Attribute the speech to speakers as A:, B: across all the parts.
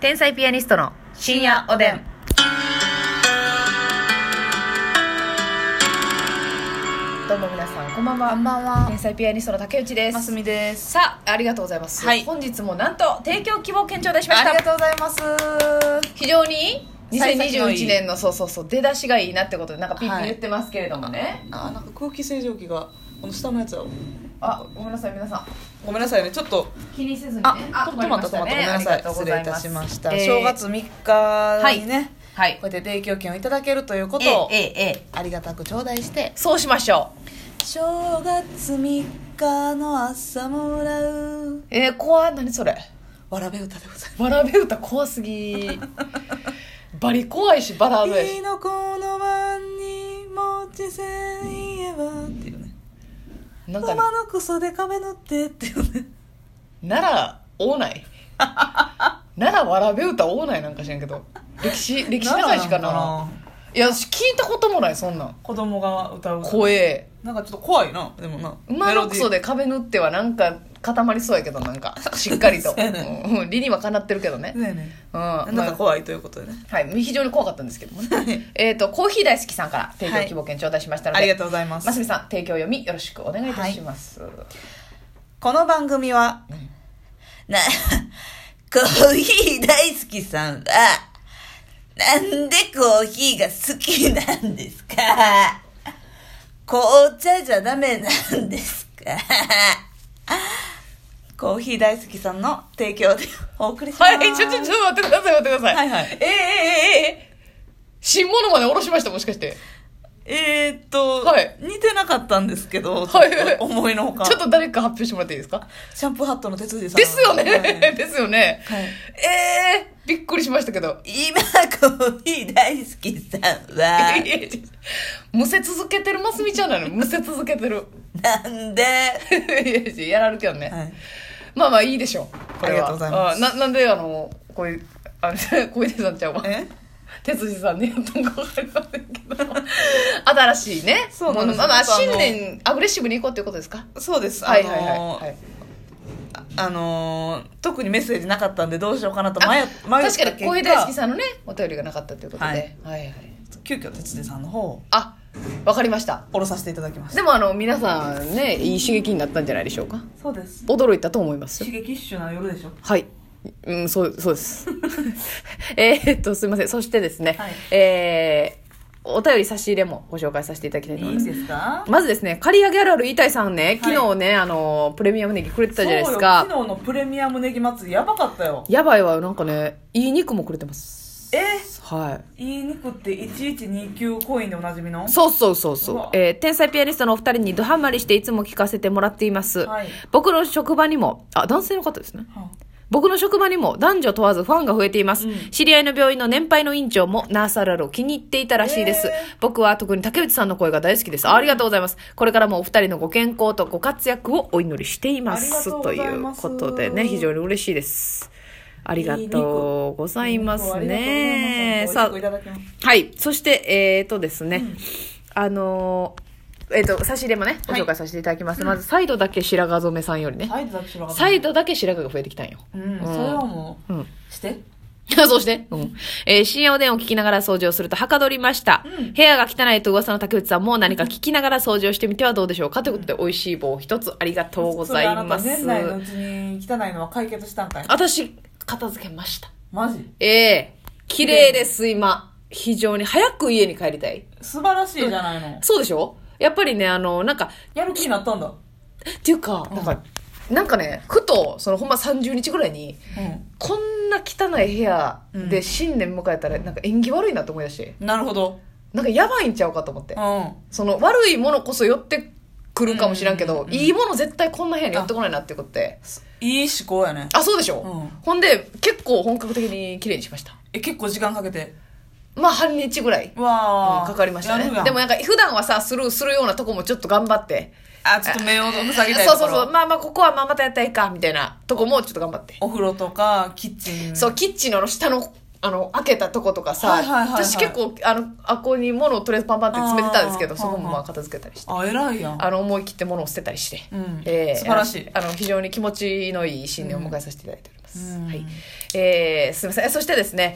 A: 天才ピアニストの
B: 深夜おでん。
A: どうも皆さんこんばんは
B: こんばんは
A: 天才ピアニストの竹内です、
B: ますみです。
A: さあありがとうございます、
B: はい
A: 本日もなんと提供希望券頂戴しまし
B: あり
A: た
B: がとうございます。
A: 非常に
B: 幸先のいい
A: 2021年のそうそうそう出だしがいいなってことでなんかピッピ言ってますけれどもね、
B: あ、なんか空気清浄機が、この下のやつを。
A: あごめんなさい皆さん
B: ごめんなさいね、ちょっと。
A: 気にせずにね
B: あ、
A: 止
B: 止
A: ま
B: ま
A: り
B: った、
A: し
B: 止まった、ご
A: ね
B: めんな
A: あ
B: さ
A: り
B: い。
A: がとうご
B: 失
A: ざ
B: 礼いたしました。
A: えー
B: 正月3日にね、
A: はい
B: こうやって提供券をいただけるというこ
A: え
B: とを
A: え。ええ
B: ありがたく頂戴して。
A: そうしましょう
B: 正月3日の朝もらう。
A: えー、怖い何それ
B: わらべ歌でござい
A: わらべ歌怖すぎバリ怖いしバラード
B: ま
A: や
B: す。い
A: し
B: いのこの晩に、持ちせん言えばっていうね。
A: なんか
B: 馬のクソで壁塗ってっていうね。
A: 奈良王内奈良わらべ歌王内なんか知らんけど歴史歴史長いしかなないや私聞いたこともないそんなん
B: 子供が歌う
A: 怖え
B: なんかちょっと怖いなでもな
A: 馬のクソ
B: で
A: で壁塗ってはなんか固まりそうやけどなんかしっかりと、
B: そうやね
A: うんうん理にはかなってるけどね、
B: ねえね
A: うん
B: えなんか怖いということでね
A: はい、非常に怖かったんですけども
B: はい
A: ね。えっと、コーヒー大好きさんから提供希望券頂戴しましたの
B: ありが
A: で、
B: とうございま
A: ます
B: す
A: みさん、提供読みよろしくお願いいたします。
B: この番組は
A: ん
B: な コーヒー大好きさんはなんでコーヒーが好きなんですか紅茶じゃダメなんですか コーヒー大好きさんの提供でお送りします
A: はい、ちょ、ちょ、ちょっと待ってください、待ってください。
B: はいはい
A: えー、えー、えー、えー新物まで下ろしました、もしかして。
B: えー、っと、
A: はい
B: 似てなかったんですけど、
A: はい
B: ちょっと思いのほか。
A: ちょっと誰か発表してもらっていいですか
B: シャンプーハットの哲司さん。
A: ですよね、
B: はい
A: ですよね。
B: はい
A: ええー、びっくりしましたけど。
B: 今、コーヒー大好きさん は、
A: むせ続けてるますみちゃんなのむせ続けてる
B: なんで、
A: いややられるけどね、
B: はい、
A: まあまあいいでしょうこれは
B: ありがとうございます
A: あななんであのこういうあ 小出さんちゃうわ
B: え
A: 哲司さんでやったんか分かりませんけ ど新しいね
B: そうなんで
A: も
B: す
A: まあまあ
B: ちょっとあ
A: 新
B: の
A: 年アグレッシブに行こうっていうことですか
B: そうです。
A: はい
B: あ
A: はい
B: の
A: はい、はい、
B: あのー特にメッセージなかったんでどうしようかなと迷迷った結果
A: 確かに小出大好きさんのねお便りがなかったということで、は
B: はいい、
A: はいはい
B: 急遽哲司さんの方を
A: あわかりました
B: 降ろさせていただきました。
A: でもあの皆さんねいい刺激になったんじゃないでしょうか
B: そうです。
A: 驚いたと思いますよ
B: 刺激一種な夜でしょ。
A: はい。うん、そう、そうです。 えーっと、すいません。そしてですね、
B: はい
A: えーお便り差し入れもご紹介させていただきたいと思います。
B: すか
A: まずですね、刈り上げあるあるイタイさんね、
B: はい
A: 昨日ね、あの、プレミアムネギくれてたじゃないです
B: そう
A: か。
B: よ昨日のプレミアムネギ祭りやばかったよ。
A: やばいわ、なんかね、いい肉もくれてます。
B: え
A: はい。
B: 言いにくって1129コインでおなじみの
A: そうそうそうそうう
B: わ。
A: えー天才ピアニストのお二人にドハマりしていつも聞かせてもらっています。
B: はい
A: 僕の職場にも、あ、男性の方ですね。僕の職場にも男女問わずファンが増えています、
B: うん
A: 知り合いの病院の年配の院長もナーサラルを気に入っていたらしいです、
B: えー
A: 僕は特に竹内さんの声が大好きですありがとうございますこれからもお二人のご健康とご活躍をお祈りしています
B: ありがとう
A: と
B: ご
A: い
B: ざいうます
A: ことでね非常に嬉しいですありがとうございますね
B: さ
A: さ
B: あいただきます
A: あはいそしてえっ、ー、とですね、あのーえっ、と差し入れもねご
B: はい
A: 紹介させていただきます、まずサイドだけ白髪染めさんよりね、
B: サイドだけしろ
A: サイドだけ白髪が増えてきたんよ
B: うんそれはもう、
A: うん
B: して
A: あそうして。うん。えー深夜おでんを聞きながら掃除をするとはかどりました。部屋が汚いと噂の竹内さんも何か聞きながら掃除をしてみてはどうでしょうかということで、美味しい棒一つありがとうございま
B: それ
A: す
B: あ。なた年内のうちに汚いのは解決したんかい
A: 私、片付けました。
B: マジ
A: ええ綺麗です、今。非常に。早く家に帰りたい。
B: 素晴らしいじゃないの
A: そうでしょやっぱりね、あの、なんか、
B: やる気になったんだ
A: っていうか、なんか、なんかね、ふと、そのほんま30日ぐらいに、
B: う
A: こんな汚い部屋で新年迎えたら、なんか縁起悪いなと思い出して、
B: んなるほど
A: なんかやばいんちゃうかと思って
B: う。ん
A: その悪いものこそ寄ってくるかもしらんけど、
B: うん
A: いいもの絶対こんな部屋に寄ってこないなっていうことで
B: いい思考やね
A: あそうでしょ、
B: うん
A: ほんで結構本格的に綺麗にしました
B: え結構時間かけて
A: まあ半日ぐらい、うん
B: わあ、
A: かかりました
B: やる
A: ね
B: やん
A: でもなんか普段はさスルーするようなとこもちょっと頑張って
B: あちょっと目を塞ぎたい
A: そ
B: と
A: う
B: こ
A: そ
B: ろ
A: うそうまあまあここはまあまたやったらいいかみたいなとこもちょっと頑張って、
B: お風呂とかキッチン
A: そうキッチンの下のあの開けたとことかさ、
B: はいはいはいはい
A: 私結構あのあこに物をとりあえずパンパンって詰めてたんですけど
B: あー
A: そこも
B: はん
A: ま
B: は
A: あ
B: ん
A: 片付けたりして
B: あ偉いやん
A: あの思い切って物を捨てたりして、
B: うん
A: えー
B: 素晴らしい
A: あのあの非常に気持ちのいい新年を迎えさせていただいております、
B: うん
A: はいえーーすみません。そしてですね、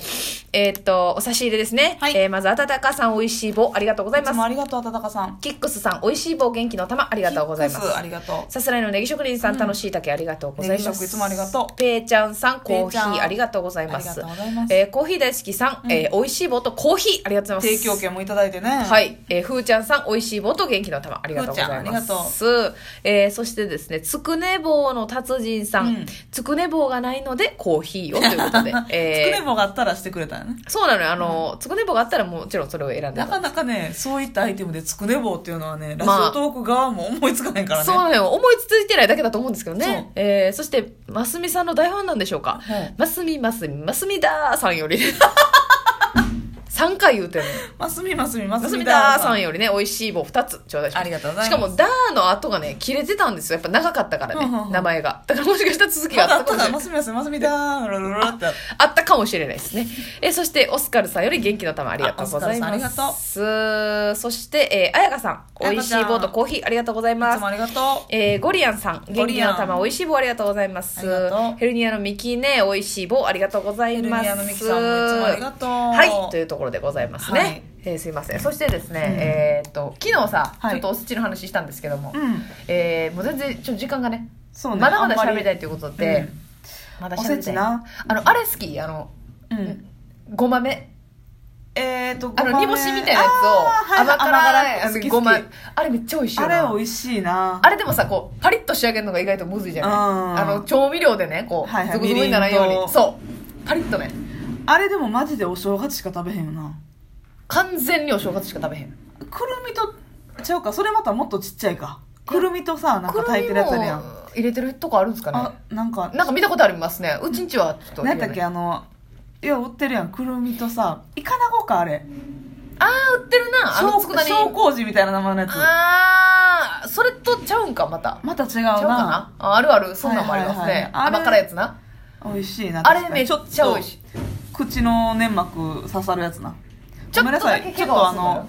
A: えーっと、お差し入れですね。
B: はい
A: えーまず、あたたかさん、おいしい棒、ありがとうござい
B: いつ
A: ま
B: も
A: す。
B: ありがとう、たたかさん。あ
A: キックスさん、おいしい棒、元気の玉、あり
B: り
A: がとうございます。
B: ありがと
A: さすらいのネギ職人さん、楽しい竹ありがとうござい
B: ネ
A: ま
B: ギ
A: す。
B: 食いつもありがとう
A: ペイちゃんさん、
B: ペ
A: コーヒ
B: イちゃん
A: ーありがとうございます。
B: ありがとうございます
A: えーコーヒー大好きさん、えー、美味しい棒とコーヒーありがとう
B: う。
A: ございま
B: 提
A: す。
B: 供券もいただいてね。
A: は。い、えー、ふーちゃんさん、おいしい棒と元気の玉、ありがとうございます。
B: ふーちゃんありがと
A: えーそしてですね、つくね棒の達人さん、
B: うん、
A: つくね棒がないので、コーヒーをということで え
B: つ
A: ー
B: くね棒があったらしてくれたよね。
A: そうなのよ、あの、つくね棒があったらもちろんそれを選んでた
B: なかなかね、そういったアイテムでつくね棒っていうのはね、ラジ
A: まあ
B: オトーク側も思いつかないからね。
A: そうなのよ、思いついてないだけだと思うんですけど
B: そう
A: ね。えーそして、ますみさんの大ファンなんでしょうか
B: はい。
A: ますみますみ、ますみだーさんよ り。3回言うてるの。
B: ますみますみます
A: ます
B: み
A: み
B: だ
A: だ
B: ー
A: ー
B: さ
A: さ
B: ん
A: んよりね、美味しい棒2つ頂戴しました
B: ありがとうござい
A: し
B: ま
A: か
B: す
A: も、ダーの後がね、切れてたんですよ。やっぱ長かったから
B: うんうんうん
A: ね、名前が。だからもしかしたら続きが
B: まだ
A: あ
B: あ
A: っ
B: ったた
A: かもし
B: な
A: れない。
B: ますみますますみだーロロロロって
A: あったかもしれないですね。え、そして、オスカルさんより元気の玉ありがとうございます。
B: あオスカルさんあ
A: そして、えー、あやかさん、
B: あやかちゃん
A: 美味しい棒とコーヒーありがとうござい
B: い
A: ま
B: つ
A: す
B: も。ありがと
A: えー、ゴリアンさん、
B: ゴ
A: 元
B: リ
A: 気
B: アン
A: の玉、美味しい棒ありがとうございま
B: あ
A: す
B: りがとう。
A: ヘルニアのミキね、美味しい棒ありがとうござ
B: う。ヘ
A: い
B: ルニ
A: ます。
B: アのミキさんもいつもありがとう。
A: はい、というところでございますね。
B: はい
A: えーすいません。そしてですね、えーっと、昨日さ、
B: はい
A: ちょっとお土の話したんですけども、
B: うん。
A: えーもう全然、ちょっと時間がね、
B: そうね。
A: まだまだ
B: あん
A: 喋りた
B: り
A: いということで、まだ
B: お
A: 喋
B: せ
A: り
B: ち
A: たい。
B: な。
A: あの、あれ好きあの、
B: うん。
A: ごまめ。
B: えーと、
A: あ
B: ご
A: の、
B: まめ
A: 煮干しみたいなや
B: あー
A: つを、
B: はい
A: 甘辛い、
B: 甘
A: あ
B: 辛
A: の、
B: 好
A: ご
B: き
A: ま
B: 好き。
A: あれめっちゃ美味しいよな。
B: あれ美味しいな。
A: あれでもさ、こう、パリッと仕上げるのが意外とむずいじゃない
B: うん
A: あの、調味料でね、こ
B: はいは
A: う、ズ
B: い
A: ブズブにならんよ
B: みり
A: うん
B: と
A: に。そう。パリッとね。
B: あれでもマジでお正月しか食べへんよな。
A: 完全にお正月しか食べへん。
B: くるみと、ちゃうか、それまたもっとちっちゃいか。くるみとさ、なんか炊いてるやつあるやん。
A: 入れてるとこあるんですかね
B: あ、なんか、
A: なんか見たことありますねうちんちはちょっと
B: 何やったっけ
A: あ
B: あのいや売ってるやんくるみとさイカナゴかあれ
A: あー売ってるなあのつくだ煮
B: 小麹みたいな名前のやつ
A: あーそれとちゃうんかまた
B: また違う
A: ちゃうか
B: な
A: なああるあるそんなんもありますね、
B: はいはいはいあれ
A: 甘辛いやつな
B: 美味しいな
A: あれ
B: 確か
A: めっ
B: に
A: ちゃ美味しい
B: 口の粘膜刺さるやつな
A: ちょっとだけ
B: ごめんなさいちょっとあ
A: 怪我は
B: の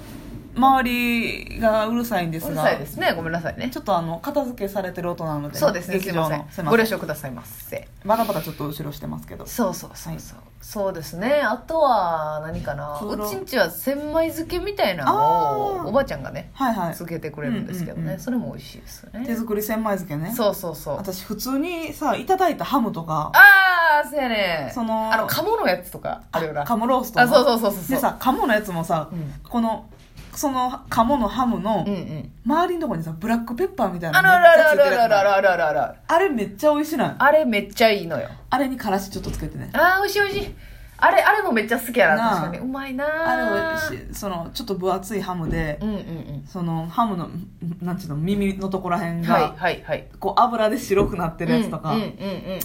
B: 周りがうるさいんです
A: うる
B: が
A: さいですねごめんなさいね
B: ちょっとあの片付けされてる音なので
A: そうですねすい
B: 劇
A: ま
B: 場
A: せ
B: の
A: んご
B: ま
A: 了
B: せん
A: 承くださいませ
B: バタバタちょっと後ろしてますけど
A: そうそうそうそう、そうですねあとは何かな
B: そうだ
A: うちんちは千枚漬けみたいなの
B: あー
A: をおばあちゃんがね
B: はいはい
A: 漬けてくれるんですけどね、
B: うんうんうん
A: それも美味しいですよ
B: 手
A: ね
B: 作り千枚漬けね
A: そうそうそう
B: 私普通にさいただいたハムとか
A: ああそうやね
B: その
A: あの鴨のやつとかあるよな
B: カモローストの
A: あそうそうそうそうそう
B: でさ鴨のやつもさ、
A: うん
B: このその鴨のハムの
A: うんうん
B: 周りのとこにさブラックペッパーみたいな
A: あ
B: の
A: るあるある
B: めっ
A: ある
B: ちゃついて
A: あるあるあるあ
B: るやつな
A: るあるある
B: あれめ
A: あれめ
B: っちゃ美味しない
A: っちゃいいのよ
B: あれにからしちょっとつけてね
A: あー美味しい美味しいあれあれもめっちゃ好きやな
B: なあ
A: 確かにうまいな
B: あ
A: い
B: れ美味しいそのちょっと分厚いハムで、
A: うんうんうん
B: そのハムのんなんちゅうの耳のとこらへんが、
A: はいはいはい
B: こう油で白くなってるやつとか、
A: うんうんう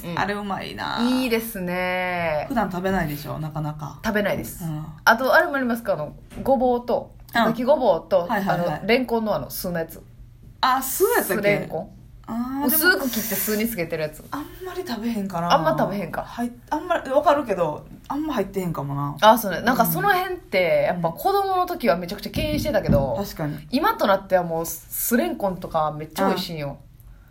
A: んうん
B: あれうまいな
A: うんいい
B: で
A: ですね
B: 普段食べないでしょなかなか、
A: 食べないです
B: うん
A: あとあれもありますかあのごぼうと
B: うん
A: 炊きごぼうと
B: は
A: あ
B: いはいはい
A: のレンコンのあの酢のやつ
B: あ酢やった
A: 酢
B: っ
A: レン
B: け
A: コン
B: あーでも
A: 薄く切って酢につけてるやつ
B: あんまり食べへんから
A: あんま食べへんか
B: はいあんまりわかるけどあんま入ってへんかもな
A: あそうねなんかその辺ってやっぱ子供の時はめちゃくちゃ敬遠してたけど、
B: 確かに
A: 今となってはもうスレンコンとかめっちゃ美味しいんよ、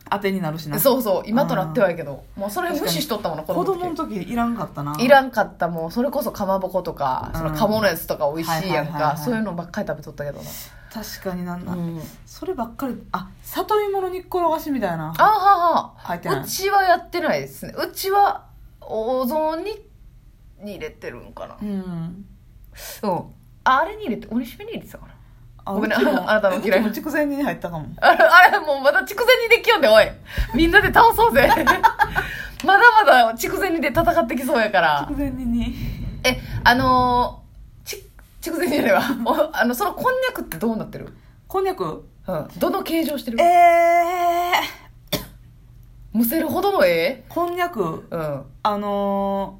B: 当てになるしな
A: そうそう今となってはいいけど、もうそれ
B: 確か
A: 無
B: に
A: 視しとったもんな子
B: 子
A: 供
B: 供の
A: の時
B: 時いらんかったないい
A: らんかったもうそれこそかまぼことか、
B: うん
A: その鴨のやつとか美味しいやんか、
B: はいはいはいはい
A: そういうのばっかり食べとったけどな、
B: 確かになんだ、
A: うん、
B: そればっかりあ里芋の煮っころがしみたいな
A: あは
B: 入って
A: は
B: ないう
A: ちはやってないですねうちはお雑煮に入れてるんかな
B: うん
A: うんあれに入れておにしめに入れてたかな
B: あ
A: ごめんな
B: うちも
A: あなたの嫌いう
B: ちも筑前煮に入ったかも
A: あれ、あれもうまだ筑前煮できよんで、おい。みんなで倒そう ぜ。まだまだ筑前煮で戦ってきそうやから
B: 筑。前煮に
A: え、あのー、ち、筑前煮じゃないわ。おあの、そのこんにゃくってどうなってる
B: こんにゃく
A: うん。どの形状してる
B: ええ
A: むせるほどの絵
B: ー、こんにゃく
A: うん。
B: あの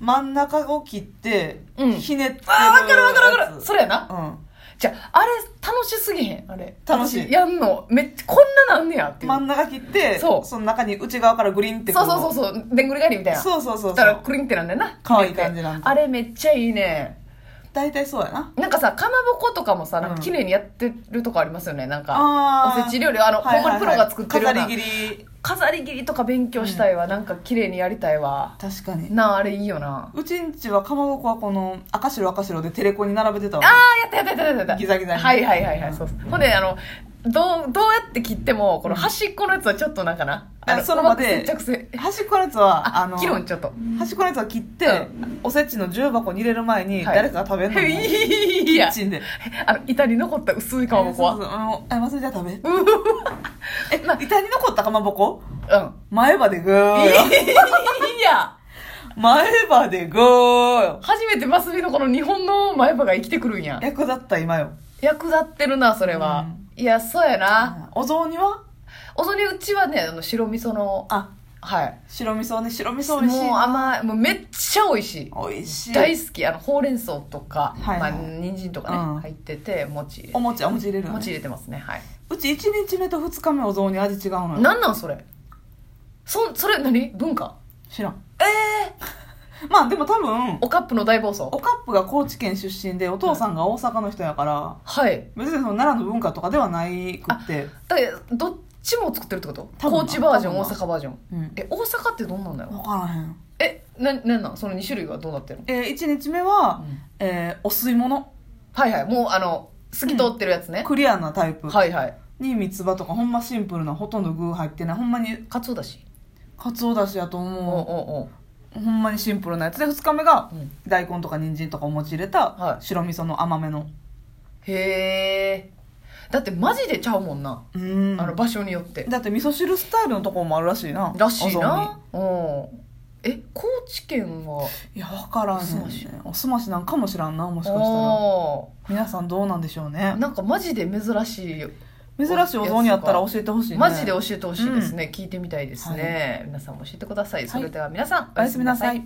B: ー、真ん中を切って、
A: うん
B: ひねって
A: あー、わかるわかるわかる。そ
B: れ
A: れやな。
B: うん
A: じゃあ、あれ、楽しすぎへんあれ。
B: 楽しい
A: 私やんの。めっちゃ、こんななんねやっていう。
B: 真ん中切って
A: そう
B: の中に内側からグリンって
A: そうそう
B: う
A: そうそう。でんぐり返りみたいな。
B: そうそうそうそう
A: だからクリンってなんだよな
B: 可愛い感じなんだ
A: あれめっちゃいいね
B: 大体そうやな。
A: なんかさかまぼことかもさなん
B: うん
A: か綺麗にやってるとこありますよねなんか
B: あー
A: おせち料理あの
B: はいはいはい
A: ほんまにプロが作ってるような
B: 飾り切り。
A: 飾り切りとか勉強したいわ、なんか綺麗にやりたいわ
B: 確かに。
A: なああれいいよな
B: うちんちはかまぼこはこの赤白赤白でテレコに並べてたわ
A: あ。あやったやったやったやった
B: ギザギザに
A: はいはいはいはいそうそうほんであのどうどうやって切ってもこの端っこのやつはちょっとなんかな、
B: だから
A: あの
B: その場で
A: うまく接着性
B: 端っこのやつは、
A: あ
B: あの、
A: 切るんちょっと
B: 端っこのやつは切って、
A: う
B: おせちの重箱に入れる前に
A: はい
B: 誰かが食べんの、キ
A: いや
B: ッチンで。
A: あの板に残った薄いかまぼこは
B: そうそうもうあ、忘れちゃ 食べ。
A: う
B: え、板に残ったかまぼこ
A: ん
B: 前歯でグ
A: い
B: ーよ。
A: いや
B: 前歯でグーよ。
A: 初めてマスミのこの日本の前歯が生きてくるんや
B: 役立った今よ。
A: 役立ってるなそれは、いやそうやな、
B: お雑煮は
A: おそにうちはねあの白味噌の
B: あ、
A: はい
B: 白味噌ね、白味噌美味しい
A: もう甘いもうめっちゃ美味しい
B: な。美味しい。
A: 大好きあのほうれん草とか、
B: はいはい
A: まあ、人参とかね、
B: うん
A: 入ってて餅入
B: お
A: れ
B: 餅、お餅入れるよね
A: 餅入れてますねはいう
B: ち1日目と2日目お雑煮味違うのよ。
A: なんなんそれそそれ何文化
B: 知らん。
A: え
B: まあでも多分、
A: おカップの大暴走
B: おかっぷが高知県出身でお父さんが大阪の人やから、
A: はい
B: 別にその奈良の文化とかではないくって、
A: だからどっちも作ってるってこと
B: 多分な
A: 高知バージョン
B: 多
A: 大
B: 分な
A: 阪バージョン
B: うん、
A: え大阪ってどんなんだよ
B: 分からへん
A: えななんなんその2種類はどうなってるの、
B: えー、1日目は、
A: うん
B: えーお吸い物
A: はいはいもうあの透き通ってるやつね、
B: クリアなタイプ
A: はいはい
B: に三つ葉とかほんまシンプルなほとんど具入ってないほんまに
A: かつおだし
B: かつおだしやと
A: おうおう
B: 思
A: おう
B: う、ほんまにシンプルなやつで2日目が、
A: うん
B: 大根とか人参とかお餅入れ
A: は
B: た
A: い
B: 白味噌の甘めの
A: へえだってマジでちゃうもんな、
B: うん
A: あの場所によって
B: だって味噌汁スタイルのとこもあるらしいな
A: らしい
B: お雑
A: なうんえ高知県は
B: 煮いや分からん
A: お
B: ねん
A: すまし
B: ねおすましなんかもしらんなもしかしたら
A: お
B: 皆さんどうなんでしょう
A: ー
B: ね
A: なんかマジで珍しいよ
B: 珍しいお雑煮やったら教えてほしいね
A: マジで教えてほしいですね、聞いてみたいですね、皆さんも教えてくださいそれでは皆さん、
B: おやすみなさい